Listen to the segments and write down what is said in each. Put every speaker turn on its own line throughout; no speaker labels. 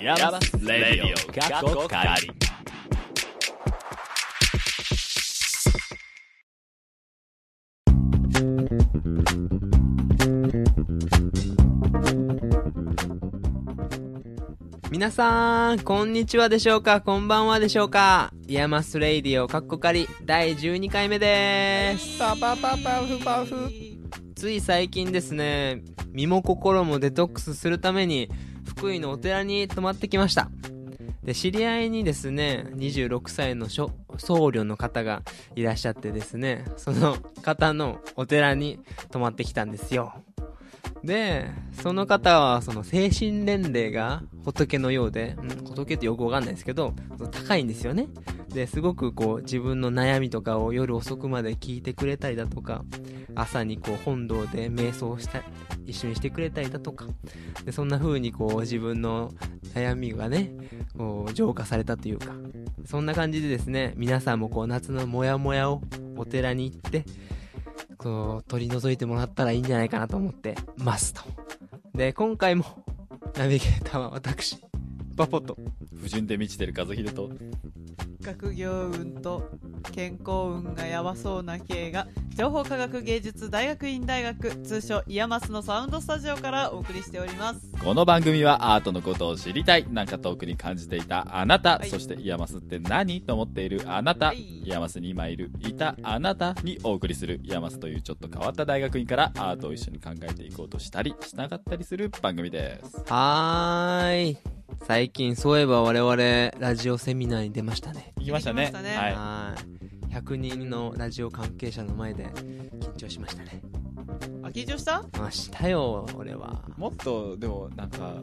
ヤマスレディオ過去仮
皆さん、こんにちはでしょうかこんばんはでしょうかイヤマスレイディオカッコカリ第12回目です。パパパパフパフ。つい最近ですね、身も心もデトックスするために、福井のお寺に泊まってきました。で、知り合いにですね、26歳のしょ僧侶の方がいらっしゃってですね、その方のお寺に泊まってきたんですよ。で、その方は、その精神年齢が仏のようで、うん、仏ってよくわかんないですけど、その高いんですよね。で、すごくこう、自分の悩みとかを夜遅くまで聞いてくれたりだとか、朝にこう、本堂で瞑想した、一緒にしてくれたりだとか、で、そんな風にこう、自分の悩みがね、こう、浄化されたというか、そんな感じでですね、皆さんもこう、夏のモヤモヤをお寺に行って、こう取り除いてもらったらいいんじゃないかなと思ってますと。で、今回も ナビゲーターは私、パポと。
不純で満ちてる和秀と
学業運と健康運がやばそうな系が情報科学芸術大学院大学通称イヤマスのサウンドスタジオからお送りしております
この番組はアートのことを知りたいなんか遠くに感じていたあなた、
はい
そしてイヤマスって何と思っているあなた、
はい
イヤマスに今いるいたあなたにお送りするイヤマスというちょっと変わった大学院からアートを一緒に考えていこうとしたりしなかったりする番組です
はーい。最近そういえば我々ラジオセミナーに出ましたね。
行きましたね
行きましたね
はい
はーい。100人のラジオ関係者の前で緊張しましたね。
あ緊張した
まあ、したよ、俺は。
もっとでもなんか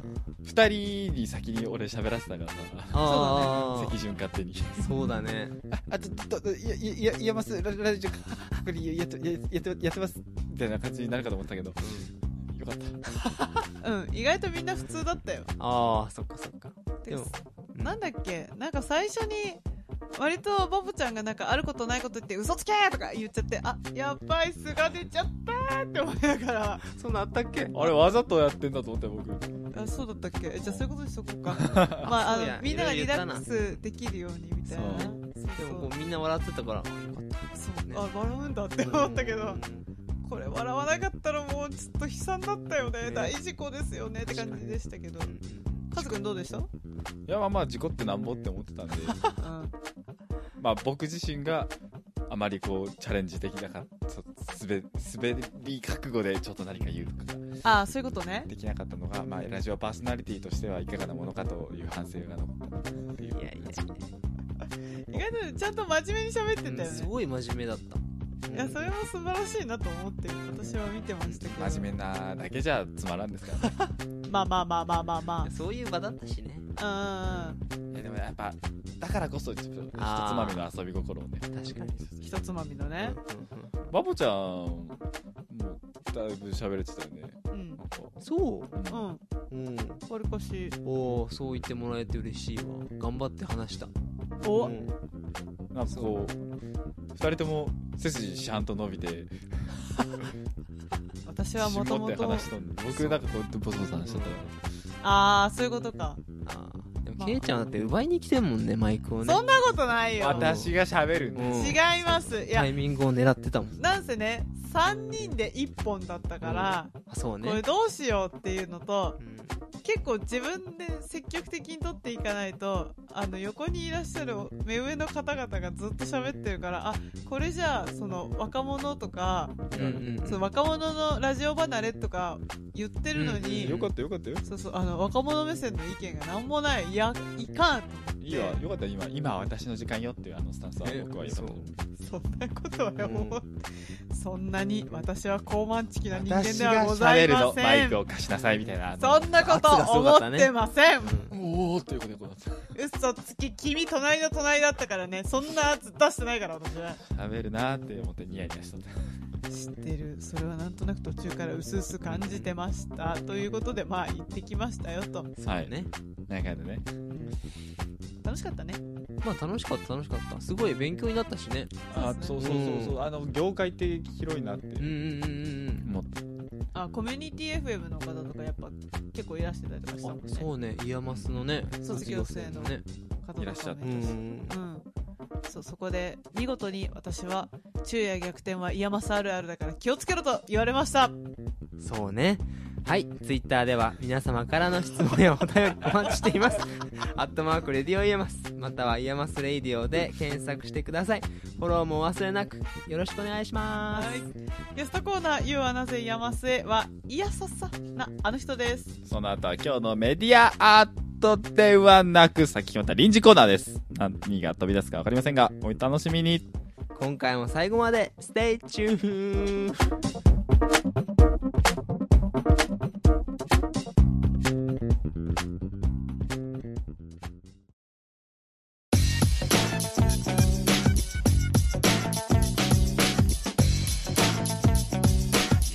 2人に先に俺喋らせたからさ
あ
席順勝手に
あ、そうだね。
あちょちょっといやいやいやますララジオかこれやっとややってやってますみたいな感じになるかと思ったけどよかった
うん意外とみんな普通だったよ
ああ、そっかそっか。
て
で
か
もうん
なんだっけなんか最初に割とボブちゃんがなんかあることないこと言って嘘つけとか言っちゃってあやばい素が出ちゃったーって思いながら
そんなあったっけ
あれわざとやってんだと思ったよ僕
あそうだったっけじゃあそういうことにしとこうか まああ
そうや
のみんなが
いろ
リ
いろ言った
ラ
な
ックスできるようにみたいな
そう
で
そう
もこうみんな笑ってたから。
そう
ね
あ笑うんだって思ったけど、
うん
これ笑わなかったらもうちょっと悲惨だったよね
ね
大事故ですよねって感じでしたけどカズくんどうでした、う
いやまあまあ事故ってなんぼって思ってたんで
ん、
まあ僕自身があまりこうチャレンジできなかったそう滑滑り覚悟でちょっと何か言うとか
ああそういうことね
できなかったのが、まあ、ラジオパーソナリティとしてはいかがなものかという反省が残ったっていう
いやいや
意外とちゃんと真面目に喋ってたよね、
すごい真面目だった。
いやそれも素晴らしいなと思って私は見てましたけど
真面目なだけじゃつまらんです からね
まあまあまあまあまあま
そういう場だったしね。
あ
いやでもやっぱだからこそちょっとひとつまみの遊び心をね
確かに。
うんひとつまみのね
バボちゃんもうだいぶ喋れてたよね
うん
なんか
そう
うん
ん
うん。
わりかし
おお、そう言ってもらえて嬉しいわ。頑張って話した。
お、
うん
なんかこう二人とも背筋シャンと伸びて
私はも
絞
と
っ
も
て
と
話しとんで僕なんかこうやってボソボソ話しとったら
ああそういうことか
あーでも、ケイちゃんだって奪いに来てんもんね、マイクをね
そ。んなことないよ
私が喋るんだ
うん
違いますいや
タイミングを狙ってたもん。
なんせね3人で1本だったから、
あ、そう
これ
ね。
どうしようっていうのと
うん
結構自分で積極的に取っていかないとあの横にいらっしゃる目上の方々がずっと喋ってるからあこれじゃあその若者とか、
うんうん
その若者のラジオ離れとか言ってるのに、
よかったよかったよ
そうそうあの若者目線の意見が何もないいやいかんと思って
いいわよかった今今は私の時間よっていうあのスタンスは
え
僕はよかったと思う
そんなことはもう、
う
そんなに私は高慢チキな人間
私
では
が
ござい
喋る
ま
のマ
せ
イ
ん
クを貸しなさいみたいなあの
そんなこと思ってません。
おおっていうことでこう
嘘つき、君隣の隣だったからね。そんな圧出してないから、私は。
喋るなーって思ってニヤニヤしとった
知ってる。それはなんとなく途中から薄々感じてました。ということで、まあ、行ってきましたよと。
はい
ね。
なんかでね
楽しかったね。
まあ、楽しかった、楽しかった。すごい勉強になったしね。
あそうそうそうそう、
う
あの業界って広いなって
うんうんうんうん。
思った、
あコミュニティ FM の方とかやっぱ結構いらしてたりとかしたもんね
そうねイヤマスのね
卒業生の
卒ね
方とか
いらっしゃっ
う
た
ん
うんそうそこで見事に私は昼夜逆転はイヤマスあるあるだから気をつけろと言われました
そうねはいツイッターでは皆様からの質問やお便りお待ちしています アットマークレディオイヤマスまたはイヤマスレイディオで検索してくださいフォローもお忘れなくよろしくお願いします、
はいゲストコーナー「You はなぜイヤマスへ」はいやささなあの人です
その後は今日のメディアアートではなく、先ほど臨時コーナーです。何が飛び出すかわかりませんが、お楽しみに。
今回も最後まで Stay tuned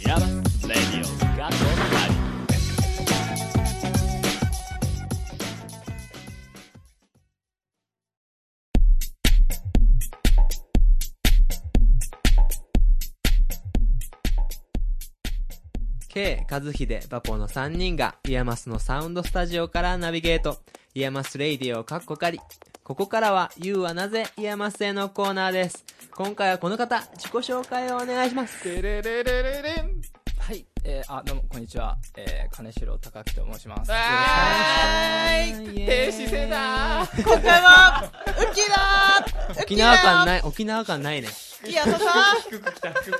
ヤマスレディオが飛
ケイ、カズヒデ、バポの3人が、イヤマスのサウンドスタジオからナビゲート。イヤマスレイディオをカッコカリ。ここからは、You はなぜイヤマスへのコーナーです。今回はこの方、自己紹介をお願いします。
レレレレレレン
はい、えー、あ、どうも、こんにちは。えー、金城隆樹と申します。
はい停止せな
今回はウキだー
沖縄感ない、沖縄感ないね。
いやささ
いや、ちょ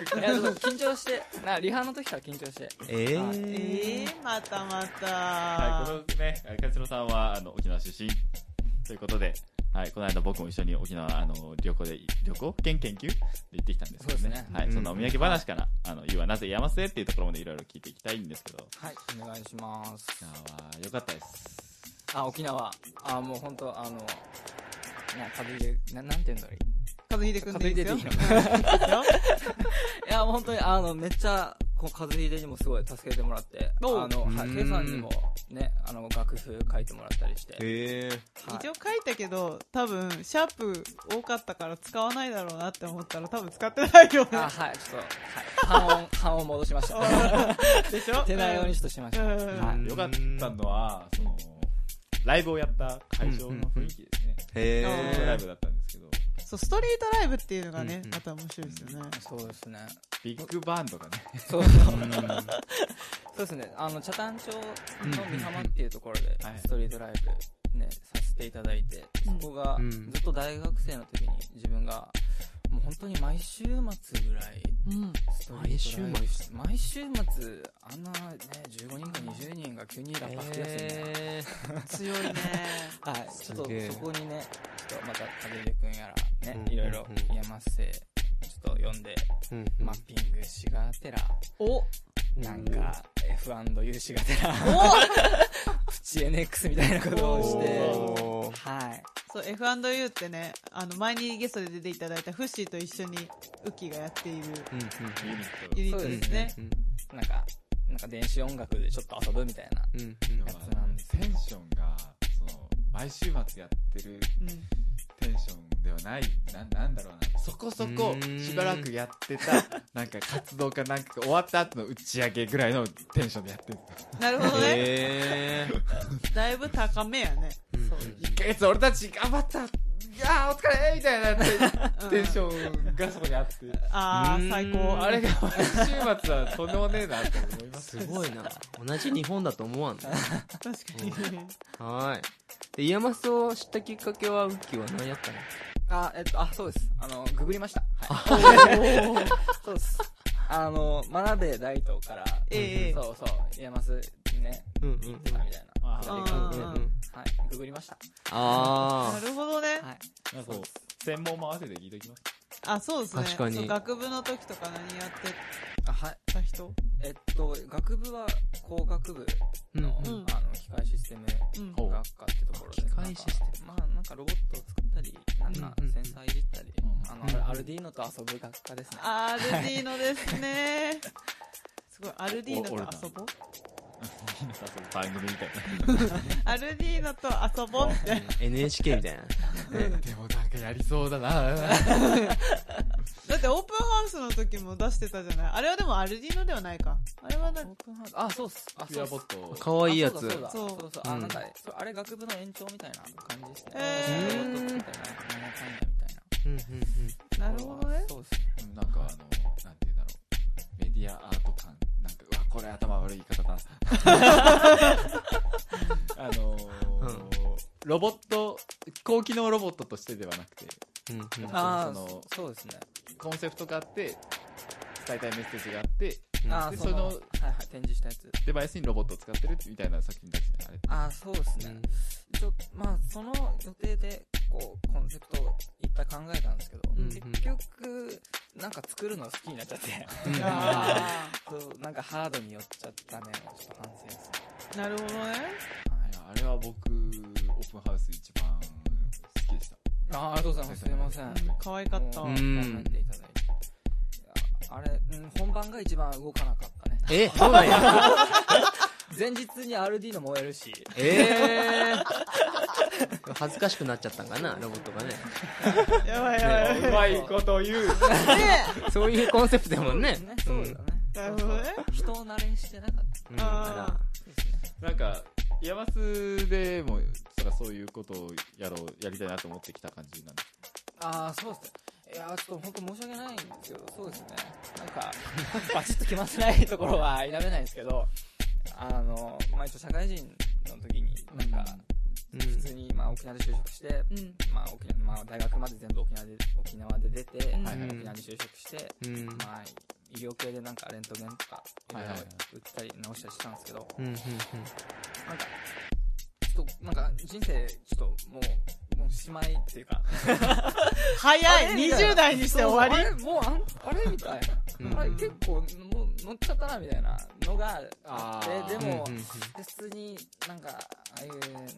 っと緊張して、な、リハの時から緊張して。
え
はい
ー、
えー、またまた、
はい、このね、カツロさんはあの沖縄出身ということで、はい、この間僕も一緒に沖縄あの旅行で、旅行兼研究で行ってきたんですけど
そう
ね。
ですね
はい、
うん
そんなお土産話から、あの、ゆうはなぜ山瀬っていうところまでいろいろ聞いていきたいんですけど、
はい、お願いします。
沖縄は良かったです。
あ、沖縄。あ、もう本当あの、な、かぶで、な、なんて言うんだろう。
カズヒデくんでいいですよ
カズ
ですよ
いや、もう本当に、あの、めっちゃ、こう、和秀にもすごい助けてもらって、あ
おう
の、は
う
い、
ん
ケイさんにも、ね、あの、楽譜書いてもらったりして。
えー、
はい
一応書いたけど多分シャープ多かったから使わないだろうなって思ったら多分使ってないよね
あ、はい、ちょっと、はい、半音、半音戻しま した。
でしょ
出ないようにちょっとしま
う
した。
ん
はい
良かったのは、その、ライブをやった会場の雰囲気ですね。
え
うんうん
ライ
ー、
ブだったんですけど、
そうストリートライブっていうのがね、
うんうん
また面白いですよね、
そうですね。
ビッグバンドがね、
そうそう。そうですね。あの、北谷町の美浜っていうところで
うんはい、
ストリートライブね、させていただいて、そ
うん
こが
う
ず
ん
っと大学生の時に自分が、もう本当に毎週末ぐらい、
うん、
ストリートライブして、毎週末、あんなね、15人か20人が急にラッパ吹き出すんですよ。
えー、
強いね
はい、ちょっと
すげえ
そこにね、ちょっとまた影出くんやら、
うんうん
ね
う、ん
いろいろ、山瀬、ちょっと読んで、
うん
マッピングしがてら、
お
なんか F&U しがてら、プチ NX みたいなことをして、
おー
はい。
そう F&U ってねあの前にゲストで出ていただいたフッシーと一緒にウキがやっている
うんうん
ユニット
ユニッ
そう
ト
で
ですすね
うん
なんか、なんか電子音楽でちょっと遊ぶみたいな。
うんうん
でもあのテンションが、その、毎週末やってる
うん
テンションではない、ななんだろうな、そこそこ
うーん
しばらくやって た、なんか活動かなんか終わった後の打ち上げぐらいのテンションでやってる。
なるほどね、
えー
だいぶ高めやね
うん
1ヶ月俺たち頑張ったいやーお疲れみたいな
うん
テンションがそこにあ って、
ああ最
う
高
ん
あれが毎 週末はとんでもねえなって思います。
すごいな。同じ日本だと思わんね。
確かに
はーい。で、イヤマスを知ったきっかけは、ウッキーは何やったの
あ、えっと、あ、そうです。あの、ググりました。はい。 そうです。あの、真鍋大東から、
ええ
そうそう、入れますね、
うんうん
行ってたみたいな。
あ
くだり
ー
が
うんうん
はい、ググりました。
あ
なるほどね、
はい。
なんかこう専門も合わせて聞いておき ます。
あそうですね
確かに
そう学部の時とか何やって
あ、はい。
た人
えっと、学部は工学部
ー。
の、
うん
あの、機械システム
うん
ほう
学科ってところで。
機械システ
ムまあ、なんかロボットを作ったり、なんか
うんうん
センサーいじったり、
うん
あの、アルディーノと遊ぶ学科ですね。
アルディーノですねすごいアルディー
お俺
ノ
だ
と遊ぼう
なんかその番組みたい
アルディーノと遊ぼうみたいな
NHK みたいな。
な。でもなんかやりそうだな。
だってオープンハウスの時も出してたじゃないあれはでもアルディーノではないかあれはな
オープンハウスあそうっすあ
ピ
そ
ュ
う
ア
っす
ボット。
かわいいやつ。
そうだそうだ
そう
そうそうあ
うん
なんかそれあれ学部の延長みたいな感じですね
へ
ー
なんかそういうこと作ったななん
うんうんうん
なる
やかんやみたいな
ほどね
そうっすね
うんなんかあの、なんて言うんだろう。メディアアート感。なんか、うわ、これ頭悪い言い方だ。あのーロボット、高機能ロボットとしてではなくて、
うんうん
あ
そ
あ
の
そうですね
コンセプトがあって、伝えたいメッセージがあって、
うん
あ
で
ーその
その
はいはい展示したやつ
デバイスにロボットを使ってるみたいな作品だしね、あれ。
あーそうですねちょまあその予定でこうコンセプトをいっぱい考えたんですけど、
うんうん
結局なんか作るの好きになっちゃって
うん
あ
そうなんかハードに寄っちゃったねちょっと反省です
ーなるほどね
いやあれは僕、オープンハウス一番好きでした。
あありがとうございますすいません、
うん可愛かった
う
うん
ん、褒めていただいていやあれ、うん、本番が一番動かなかったね
え、そうなんや。
前日に RD の燃えるし
えー。恥ずかしくなっちゃったんかな、ロボットがね。
やばいやばいや
う
ばい
まいこと言う。
そういうコンセプトやもんね。
そうだね、
なるほどね
人を慣れしてなかった
うん
あー
ですね
なんか、ヤマスでも、そらそういうことをやろう、やりたいなと思ってきた感じなんで
ああそうですねいやーちょっと本当申し訳ないんですけどそうですねなんかバチッと決まってないところは否めないですけどあのまあ一応社会人の時になんか
うん
普通にまあ沖縄で就職して、
うん
まあ沖縄まあ、大学まで全部沖縄で沖縄で出て、
うん
はいはい
うん
沖縄で就職して、
うん
まあ、医療系でなんかレントゲンとかいろいろ打ったり直したりしたんですけど、
うんうんうん
なんかちょっとなんか人生ちょっともうもうしまいっていうか
早い
あれみたいな
20代にして終わり
そうそうあれもうあんあれみたいな、
うん
あれ結構もう乗っちゃったなみたいなのが
あ
あっ
ー
てでも、
うんうんうん
普通になんかああいう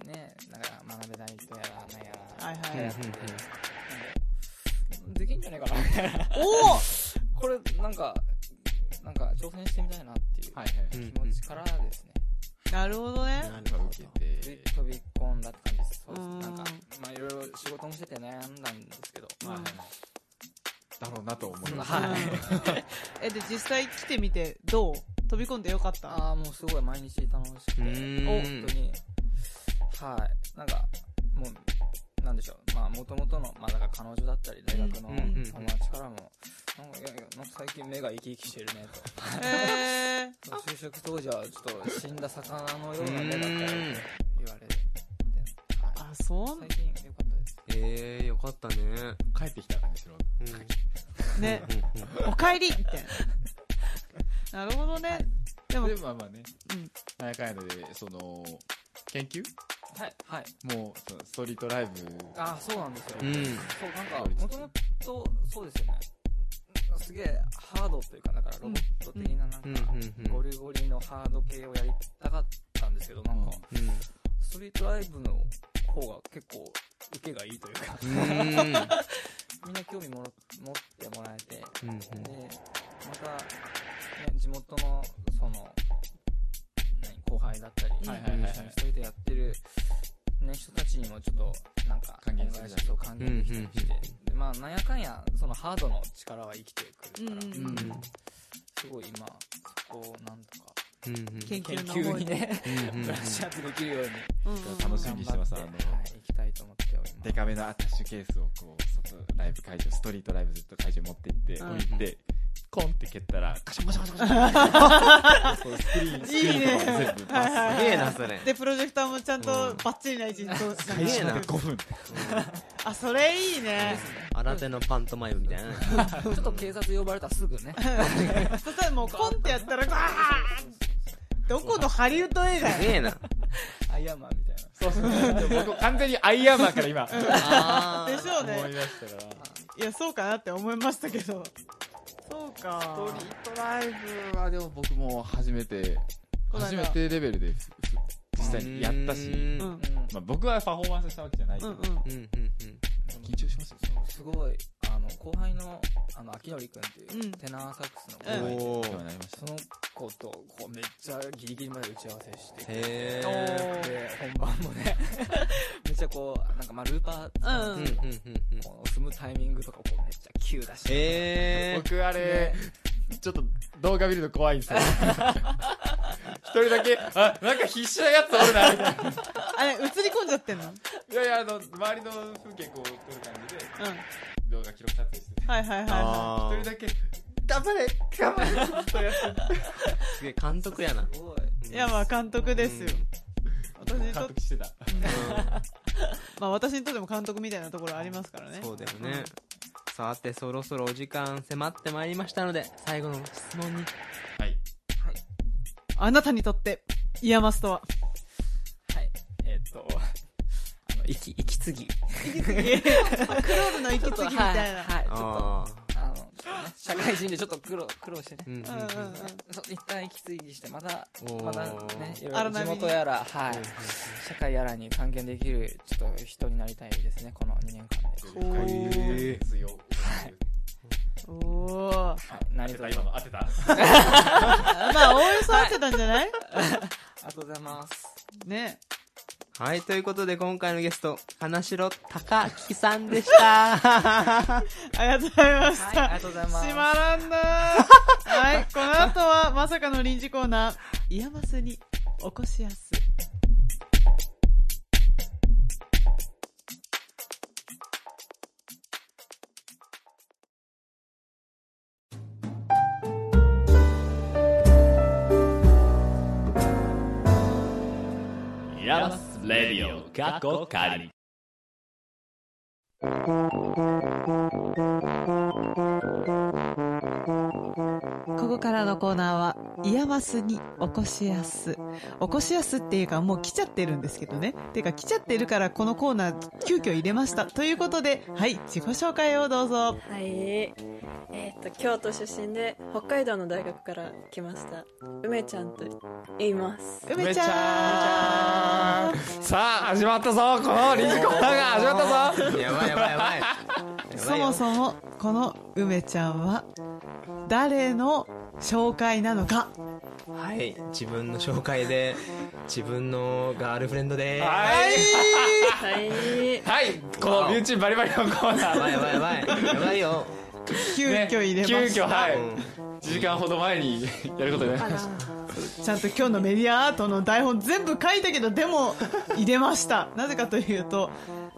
ねなんか学べないとやらなんやら
はいはい
やってなんかできんじゃねえかなみたいな
おお
これなんかなんか挑戦してみたいなっていう
はいはい。
気持ちからですね、
なるほどね
なる
今
ほ
受けて、
で飛び込んだって感じですそうです
うん
なんかまあいろいろ仕事もしてて悩んだんですけど、
うん
まあ、だろうなと思います。
はい
えで実際来てみてどう飛び込んでよか った
ああもうすごい毎日楽しくて
うーん
本当にはいなんかもうなんでしょうまあもともとのまあだから彼女だったり大学の
うんうんうん
友達からも「なんかいやいやなんか最近目が生き生きしてるね」
え
と「就職当時はちょっと死んだ魚のような目だったよ」って
うん
言われて、はい
ー、あそ
最近良かったです
えー、よかったね。
帰ってきた感じしろ。
うん
うねおかえりみたいななるほどねでも
で、まあまあね、
うん
何回ので、その、研究
はいはい
もう、そのストリートライブ。
ああそうなんですよ、
うん
そうなんかもともとそうですよねすげえハードというかだからロボット的ななんか、
うんうんうん
ゴリゴリのハード系をやりたかったんですけどなんか
うん
ストリートライブの方が結構受けがいいというか
うん
みんな興味もろ持ってもらえて、
うんうん
でまた、ね、地元のその何後輩だったり、
はいはいはいはい
一緒に一人でやってる、ね、人たちにもちょっとなんか
還元する
恩返しそう還元できたりして、でまあなんやかんやそのハードの力は生きてくるから、
うんうん
うん
すごい今そこをなんとか
うんうん
研
研
究の
究
方
に
に
ね
うんうん
ブラッシュアップできるように
うんうん
楽しみにしてます。あの
頑張っ、てはい、行きたいと思っております
デカめのアタッシュケースをこう、外、ライブ会場、ストリートライブずっと会場に持って行って、
うん
置いて、コンって蹴ったら、カシャンカシャンカシャンカシャンそうスクリーン、スクリーンとかも全部パス。
すげえな、それ。
でプロジェクターもちゃんと
うん
バッチリな位置に
開
通し
す
始
げえ
から
な
5分。
あそれいいね
新手のパントマイムみたいなね。
ちょっと警察呼ばれたらすぐね
そしたらもうコンってやったらガーンどこのハリウッド映画
す
や
げえな。
アイアンマンみたいな
そうそう。でも僕完全にアイアンマンから今、
あ
でしょう
思い
ね
出したから。
いやそうかなって思いましたけどそうか
ストリートライブはでも僕も初めて、
この
初
間
めてレベルでふふ実際にやったし、
うん
う
うんん
まあ僕はパフォーマンスしたわけじゃないけ
う
ど、
んうん
うんうん。
緊張しますよ
そうすごいあの後輩のあの秋典君っていう、
うん
テナーサックスの
お
子がいて、
お
世話
ー
になりました
その子とこうめっちゃギリギリまで打ち合わせしてて
へ
お
え
ー
で本番もね めっちゃこうなんかまあルーパー使う
うんん
ん
う
ですけ
ん
ど
うんうん
こう踏むタイミングとかこうめっちゃ急だし
え
僕あれ、ちょっと動画見ると怖いんですよ一人だけあなんか必死なやつおるなみたいな
あれ、映り込んじゃってんのうん。
いやいやあの周りの風景こう撮る感じで動画記録撮影して
はいはいはいは
あ
一人だけ頑張れ頑張れずっとやってる
ーすげえ監督やな
すごい
い。いや、まあ監督ですよ。私にと
監
っ
督してた
まあ私にとっても監督みたいなところありますからね。
そうだよねさてそろそろお時間迫ってまいりましたので最後の質問に
はい
あなたにとって、イヤマスとは。
はいえっとあの息息継ぎ
クロールの息継ぎみたいな。
はい、はい、ちょっと
あ
あの、ね、社会人でちょっと苦労、苦労してね
ー。うんうん
うんうんうん。
そう一旦息継ぎして、また
おー、
またね、いろい
荒
ろ
波
地
に
元やら、はい
うんうん、
社会やらに還元できる、ちょっと人になりたいですね、この2年間で。
おー
強い
おー。
はい、何
当て
と
た
ぞ
今の当てた
まあ、おおよそ合ってたんじゃない
ありがとうございます。
ね。
はい、ということで今回のゲスト、花城隆樹さんでした。
ありがとうございまし
はい、あり
た
が。とうございます。
しまらんな はい、この後はまさかの臨時コーナー、イヤマスに起こしやす。
ヤマスレディオ過去仮
ここからのコーナーは、イヤマスに起こしやす。起こしやすっていうか、もう来ちゃってるんですけどね。てか、来ちゃってるから、このコーナー、急遽入れました。ということで、はい、自己紹介をどうぞ。
はい。えーっと、京都出身で、北海道の大学から来ました。梅ちゃんと言います。
梅ちゃん。
さあ始まったぞこの臨時コーナーが始まったぞ
やばいやばいやばい。
そもそも、この梅ちゃんは、誰の紹介なのか。
も。はい、自分の紹介で、自分のガールフレンドで。や
はい
はい。
はいこのビューチューバリバリのコーナー
ばいやばいやばい。やばいよ。
急
ね
遽入れました。
急遽は
う
い
ん
1時間ほど前にやることになり
あ
ま
ら
し、
ちゃんと今日のメディアアートの台本全部書いたけど、でも入れました。なぜかというと、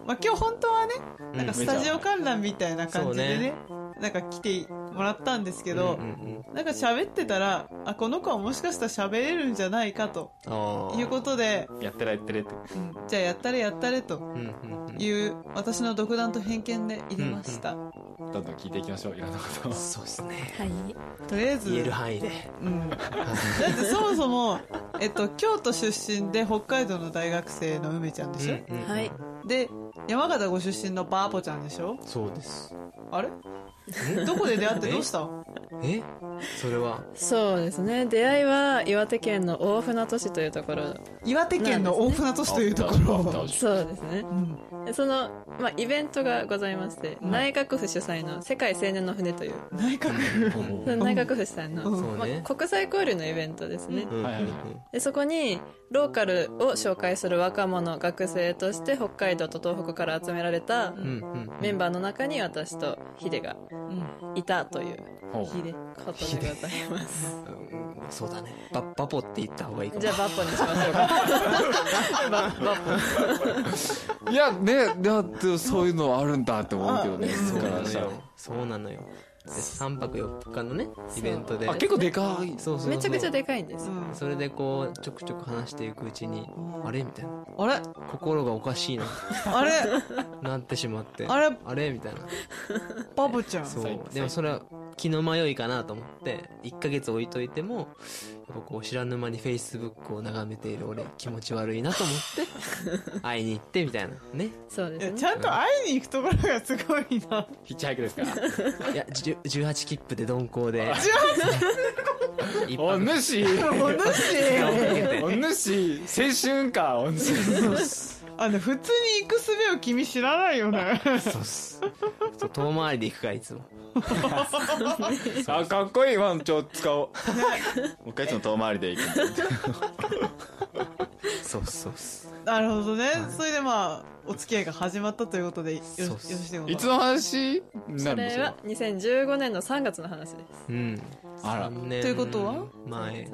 まあ、今日本当はね、なんかスタジオ観覧みたいな感じでね、なんか来てもらったんですけ
うんう
ど、
ん
なんか喋ってたら、あ、この子はもしかしたら喋れるんじゃないかと
あー
いうことで、
たやってらやってれって
うんじゃあやったれやったれと
うんうんうん
いう私の独断と偏見で入れました。
どんどん聞いていきましょういろんなことを
そうっすね。
はい。
とりあえず、
言える範囲で。
うんだってそもそも、えっと、京都出身で北海道の大学生の梅ちゃんでしょ、
うんうんうん
はい。
で山形ご出身のバーポちゃんでしょ
そうです。
あれどこで出会って
え
どうしたの
えそれは。
そうですね。出会いは岩手県の大船渡市というところ。
岩手県の大船渡市というところ、
そうですね。
うん、
でその、まあ、イベントがございまして、内閣府主催の世界青年の船という、
内閣府
その内閣府主催の、
うん
そう
ま
ね
あ、国際交流のイベントですね。
うんうんうん
はいはいはい
でそこにローカルを紹介する若者学生として北海道と東北から集められた
うんうん
メンバーの中に私とヒデがいたという
ほう
ヒデことでございます
うんそうだね。ババポって言った方がいいかも
じ。ゃあバッポにしましょうかババッポ
いやねだってそういうのあるんだって思うけどね
そ
そうっか
な
ら
の
したら
よ。そうなのよ。で3泊4日のね、イベントで。
あ結構でかい
そうそうそう
めちゃくちゃでかいんですよ
うん
それでこう、ちょくちょく話していくうちに、あれみたいな。
あれ
心がおかしいな、
あれ
なってしまって。
あれ
あれみたいな。
バボちゃん
そ
最
う
後。
でもそれは気の迷いかなと思って、1ヶ月置いといても、やっぱこう、知らぬ間に Facebook を眺めている俺、気持ち悪いなと思って、会いに行ってみたいな。ね。
そうで
いや
す
ち
ね
ゃんと会いに行くところがすごいな
ヒッチハイクですか
いや、じゅ18切符で鈍行で。18切符
お主
お主
お主青春かお主
あの、普通に行く術を君知らないよね。
そうっす。そう遠回りで行くから、いつも。
あ、かっこいい、ワンチョ使おう。
う一回いつも遠回りで行くんで。
そうっすそうっす。
なるほどね。それでまあ、お付き合いが始まったということで、よろ
そう
よ
っ
ろ
す
しい
い
で
つ
すか
の話にな
そ
るんで
れ
すか
は2015年の3月の話です
うん。
あら
三年
ということは
前、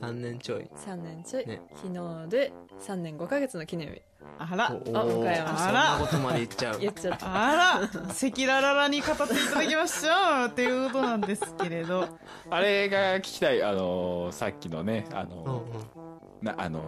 3年ちょい。
3年ちょい、
ね
昨日で3年5ヶ月の記念日
あら、
お
あ岡山
そんなことまで言っちゃう
言。っちゃった
あら、赤裸々に語っていただきましょうっていうことなんですけれど。
あれが聞きたい、あのー、さっきのね、あ
うん
の
うん
ー、な、あの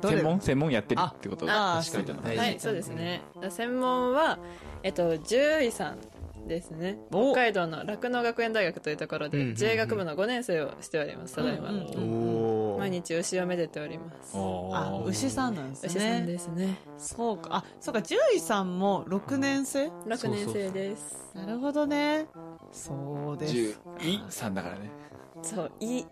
ー、
どれ
専門専門やってるってこと
ああ
確かに言ったの
大事
はい、そうですね。専門は、えっと、獣医さんですね。北海道の酪農学園大学というところ
うんうんう
で、
ん
自営学部の5年生をしております、ただいま。
うんうん
お
毎
ー。
日牛をめでております。
お
あ、
ー
牛さんなんですね。
牛さんですね。
そうか。あ、そうか、獣医さんも6年生、
6年生です。
なるほどね。そうです
十。一さんだからね。
そう、医、医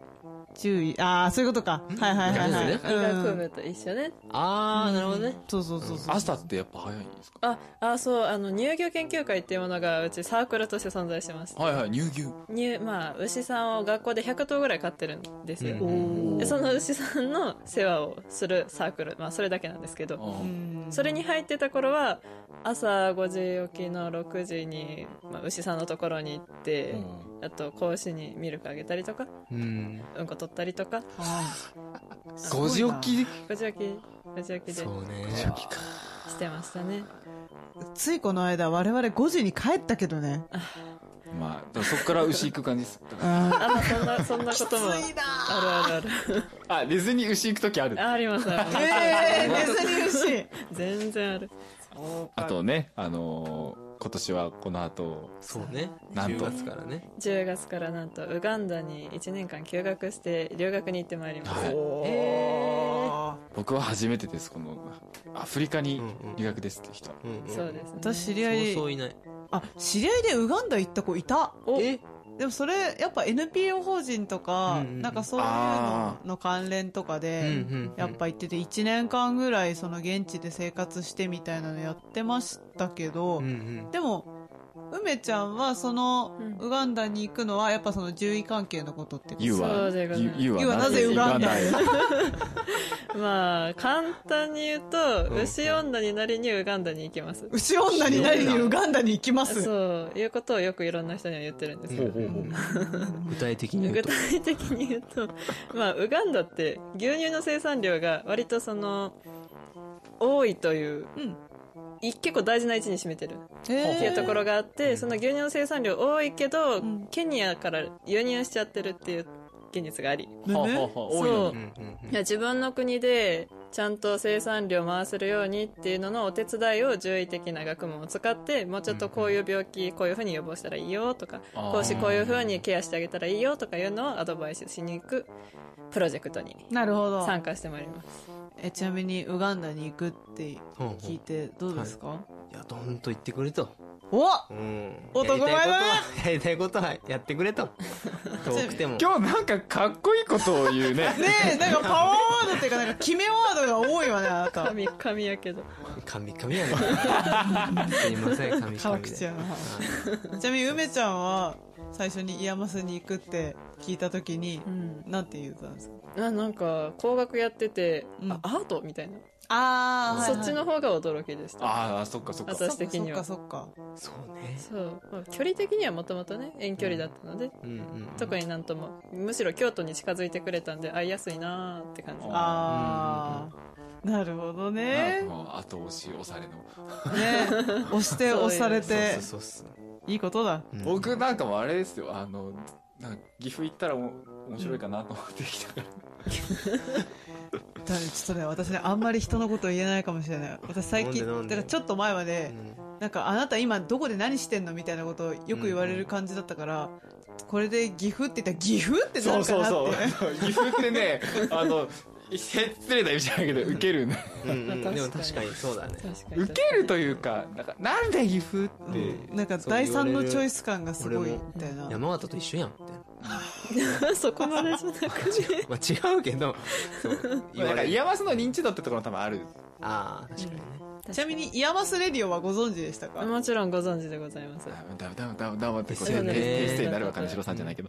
獣医、ああ、そういうことか。はいはいはいはい。
学
学
うん
部と一緒ね。
あー、なるほどね。
そうそうそうそう。
朝ってやっぱ早いんですか
あ、あ、そう、あの、乳牛研究会っていうものが、うちサークルとして存在してまして。
はいはい、乳牛。
乳、まあ、牛さんを学校で100頭ぐらい飼ってるんですよ。
うん
でその牛さんの世話をするサークル、まあ、それだけなんですけど。
う
うんん
それに入ってた頃は朝5時起きの6時に、まあ、牛さんのところに行って、あと子牛にミルクあげたりとか
うん。
うんこ取ったりとか
あー
5時起き
5時起き5時起きで
そうね。
してましたね
ついこの間我々5時に帰ったけどね。
まあ、でもそっから牛行く感じです。
あ
あまあそんなそんなこともあ
な
るあるある
あ、ディズニー牛行くときある。
ありますあります
ええー、別に牛。
全然ある
あとね、あのー、今年はこの後、
そうね。
なん
10
と
月からね。
10月からなんとウガンダに1年間休学して留学に行ってまいります、
はい
おー
僕は初めてです、この、アフリカに
うんうん
留学ですって人は。
うんん
そうですね
私知り合
そう
い
そういない。
あ知り合いでウガンダ行った子いた
お
え
でもそれやっぱ NPO 法人とか、
うんうん
なんかそういうの
あ
の関連とか
うん
で、
うんうん
やっぱ行ってて1年間ぐらいその現地で生活してみたいなのやってましたけど、
うんうん。
でも梅ちゃんはその
うん
ウガンダに行くのはやっぱその獣医関係のことってこと
ユー
そ
は
うでございま、す
ユー
ユー
は
はなぜウガンダへ
ウガン
まあ簡単に言うと、
うん
牛女になりにウガンダに行きます
牛女になりにウガンダに行きます
そういうことをよくいろんな人には言ってるんです
へほ
よ
うほうほう。
具体的に言
具
うと。
体的に言うと、まあ、ウガンダって牛乳の生産量が割とその多いという、
うん
い結構大事な位置に占めてる
へー
っていうところがあって、その牛乳の生産量多いけど、
うん
ケニアから輸入しちゃってるっていう現実があり
でね
はあはあはあ多い
そう
の
う
に。
んうんうん
いや自分の国でちゃんと生産量回せるようにっていうののお手伝いを獣医的な学問を使ってもうちょっとこういう病気こういうふうに予防したらいいよとか
あー
講師こういうふうにケアしてあげたらいいよとかいうのをアドバイスしに行くプロジェクトに
なるほど
参加してまいります
えちなみにウガンダに行くって
うんうん
聞いてどうですか、
いや、どんと言ってくれと。
お
うん。
男前だな
やりたいことはやりたいことはやってくれと。遠くても。
今日なんかかっこいいことを言うね。
ねえなんかパワーワードっていうかなんか決めワードが多いわねあなた
神神やけど
神々やね。すいません、神々
川
で。
口やなちなみに梅ちゃんは最初にイヤマスに行くって聞いた時に
うん
なんて言うたんですか
ななんか工学やってて、
うん
あアートみたいな、
あ
そっちの方が驚きでした
ああ、そっかそっか。
私的には
そっかそっか
そうね。
そう、まあ距離的にはもともとね遠距離だったので、
うんうん。
特になんともむしろ京都に近づいてくれたんで会いやすいなーって感じ
あ
あーなるほどねね
もう後押し押されの。
押して押されて
そうそうそう
いいことだ
そう。
僕なんかもあれですよ、あの、なんか岐阜行ったらお面白いかなと思ってきたから。
だねちょっとね私ねあんまり人のこと言えないかもしれない私最近
なんでなんで
だからちょっと前まで、
うん
なんかあなた今どこで何してんのみたいなことをよく言われる感じだったから、これで岐阜って言ったら岐阜ってな
そう
るか
そう
なって
そう。岐阜ってね、あの、失礼な意味じゃないけど、受けるんだ。
うんうん、
確かに
でも確かにそうだね
確かに
受けるというか、なんかなんで岐阜って、
なんか第三のチョイス感がすごいみたいな。
山形と一緒やんみたいな、
そこまでじゃなくて
まあ、違うけどそう言
な
わ
んか、
れ
イ
る
ヤマスの認知度ってところ多分ある。
ああ確かにね
ちなみに、イヤマスレディオはご存知でしたか
もちろんご存知でございます
ダメダメダメダメダメってこう、
ですよね
低姿勢になるわ、金城さんじゃないけど。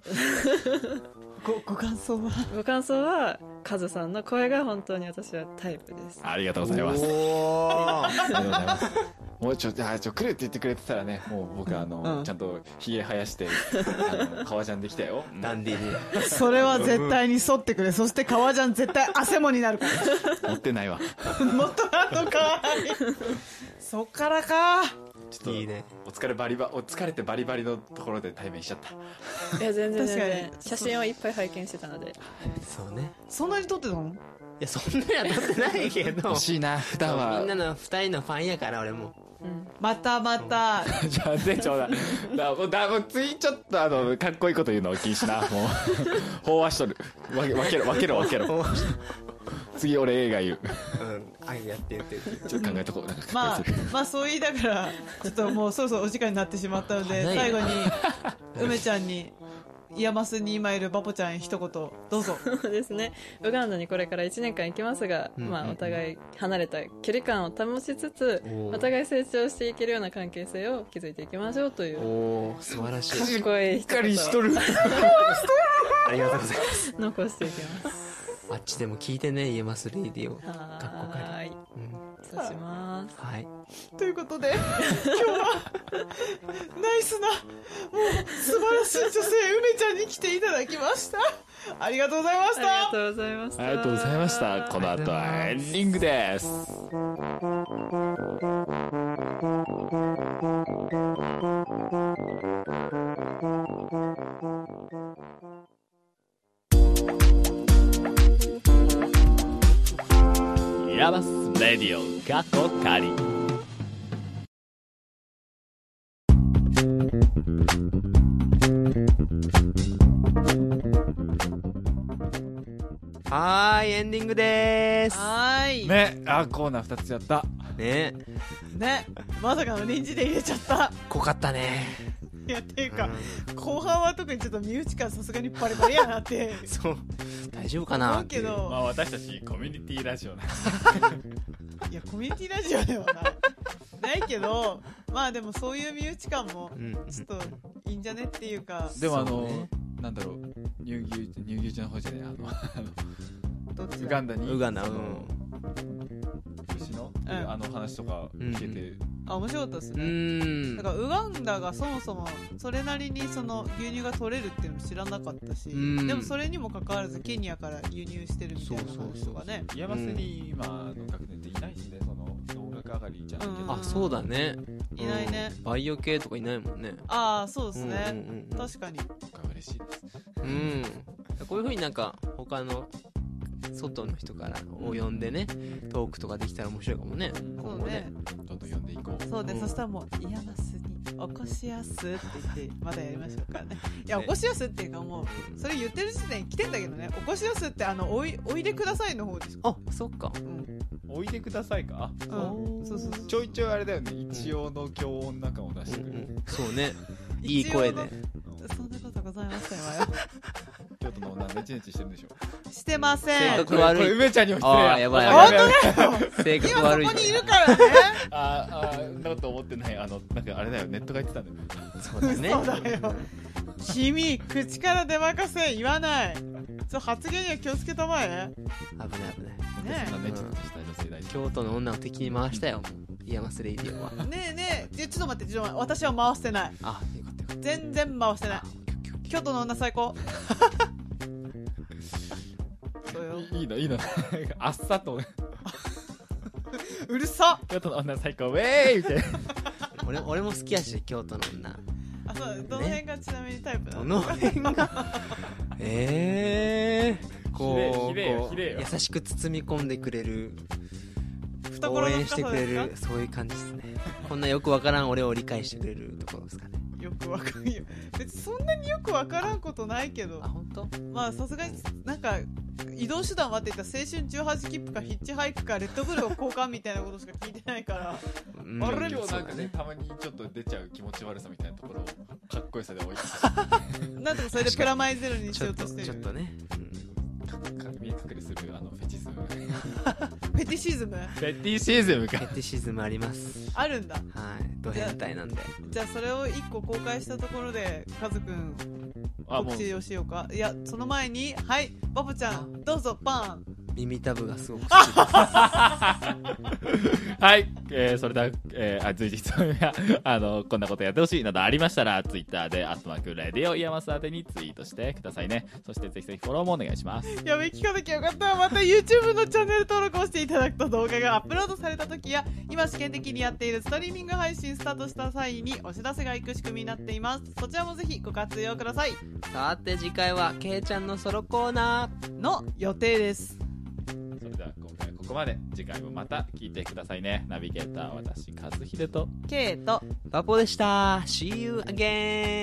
ご、ご感想は
ご感想はカズさんの声が本当に私はタイプです
ありがとうございます。
おー
ありがとうございます。もうちょっと、あ、ちょ、来るって言ってくれてたらね、もう僕あの、
うん
ちゃんと髭生やして、あの、革ジャンできたよ。
ダンディーに
それは絶対に沿ってくれ。そして革ジャン絶対汗もになるから。
持ってないわ。
もっとなんのか そっからか。
ちょっと、
いいね
お疲れバリバ、お疲れてバリバリのところで対面しちゃった。
いや全然全
確
然
かに
写真をいっぱい拝見してたので
そうね
そんなに撮ってたの
いやそんなに当たってないけど
欲しいな、普段
みんな
は。
の二人のファンやから俺も
またまた。
じゃあ、店長だ。だ、もう、だ、もう、ついちょっと、あの、かっこいいこと言うのを禁止な。もう、飽和しとる。わけ、わけろ、わけろ、わけろ。次俺映画言う。
うんあやってやってやって
ちょっと考えとこう。なんか
ま
考
あ
えとこ、
まあそう言いながら、ちょっともうそろそろお時間になってしまったので、
早い
最
な
後に、梅ちゃんに、イヤマスに今いるバポちゃん一言、どうぞ。
そうですねウガンダにこれから1年間行きますが、
うん
まあ、お互い離れた距離感を保ちつつ
おー
お互い成長していけるような関係性を築いていきましょうという
おー素晴らしい
かっこいい
しっかりしと
を
る。
ありがとうございます
残していきます
あっちでも聞いてね言えますレイディオかっこ
はーい
うん
そうします
はい
ということで、 今日は、ナイスな、もう素晴らしい女性、梅ちゃんに来ていただきました。ありがとうございまし
あ
た。
りがとうございました
ありがとうございました。この後はエンディングです。ヤバスレディオ過去仮
はーいエンディングでーす
はーい。ね
ねあコーナー2つやった
ね
まさかの臨時で入れちゃった。
濃かったね
いや、っていうか、後半は特にちょっと身内感さすがにバリバリやなって
そう大丈夫かな
思うけど、
あ私たちコミュニティラジオなんで
いや、コミュニティラジオでは ない。ないけど、まあでもそういう身内感も
う、ん
ちょっといいんじゃねっていうか、
でもあ
そう
の、
ね
なんだろう乳牛乳牛じゃの方じゃねえあのあ
どっ
の
ち
ウガ
だ
ンダに
ウガンダ
そうの
ん
牛の、
ん
あの話とか聞けて、
あ、面白かったです
う
ね。
ーん
だからウガンダがそもそもそれなりにその牛乳が取れるっていうのも知らなかったし、
うん
でもそれにもかかわらずケニアから輸入してるみたいな
そうそう
話
そ
と
う
かね
イヤマスに今あの学年っていないしねその農学上がりじゃんけ
うん
ど、
あそうだね
いないね
うんバイオ系とかいないもんね
ああそうです
うん
ね、
うんうん
確かに
僕は嬉しいです
うん、こういうふうになんか他の外の人からを呼んでねトークとかできたら面白いかもね今
そう
後ね
ね
どんどん読んでいこう
そうね、
うん
そしたらもう「イヤマスに起こしやす」って言ってまだやりましょうかねいや起こしやすっていうかもうそれ言ってる時点に来てんだけどね起こしやすってあのおいおいでくださいの方でしょ
あそっか
うん、
おいでくださいかあ
うん、そうそうそう
ちょいちょいあれだよね一応の強音仲を出
う
して
ん
く
う
る、
んそう ねいい声で
そんなことございませんわよ
京都の女ネチネチしてるんでしょ
してませ
性
ん
これこ
格
れ
悪い
梅ちゃんにも失
あ
礼
あやばい
あ
やばい
やばい
性
今
格
そ
悪い
こにいるからね
ああそんなこと思ってないあのなんかあれだよネットが言ってたんだよ
そう だね
そうだよ。君、口から出まかせ、言わない。ちょっと発言には気をつけたまえ。
危ない危ない
ね
そんなネチネチした女性大丈
京都の女を敵に回したよもうイヤマスレイディオは
え。ねえねえ、いやちょっと待って、ちょっと待って、私は回してない。
あよかったよかっ
全然回してない
た。
京都の女最高。そうよ
夫いいのいいのあっさと
うるさ
京都の女最高ウェーイみたいな
俺俺も好きやし京都の女
あ、そう、どの辺がちなみにタイプな
ど
の、
の辺がええこ
ひ
う
でえ
こ
ひ
う
でえよひでえよ
優しく包み込んでくれる
懐
応
の
援し
深
て
さ
くれ
ですか
るそういう感じですねこんなよくわからん俺を理解してくれるところですかね
よくわかんない。別にそんなによくわからんことないけど
あ。本当
まあ、さすがになんか、移動手段はって言ったら青春18切符かヒッチハイクかレッドブルを交換みたいなことしか聞いてないから
うん
あれ
今日なんかねたまにちょっと出ちゃう気持ち悪さみたいなところをかっこよさで置いて
なんとかそれでプラマイゼロにし
ち
よ
ょ
う
っと
として
ちょっ
る
とね、
か見え隠れするあのフェチズムがフ
フェティシズム
ェティシズム
うん、エ
か
ティシズムあります
あるんだ
はいド変態なんで
じゃあそれを1個公開したところでカズくん
あも
告
う
知をしようかいやその前にはいバボちゃんどうぞパン
耳たぶがすごく
はい、えーそれでは、えーあ随時質問やあのこんなことやってほしいなどありましたらツイッターで「アットマークレディオイヤマス」宛てにツイートしてくださいねそしてぜひぜひフォローもお願いします
やべ聞かなきゃよかったまた YouTube のチャンネル登録をしていただくと動画がアップロードされた時や今試験的にやっているストリーミング配信スタートした際にお知らせがいく仕組みになっていますそちらもぜひご活用ください
さて次回はけいちゃんのソロコーナ
の予定です
それでは今回はここまで次回もまた聞いてくださいねナビゲーター私和秀と
K と
ーバポでした See you again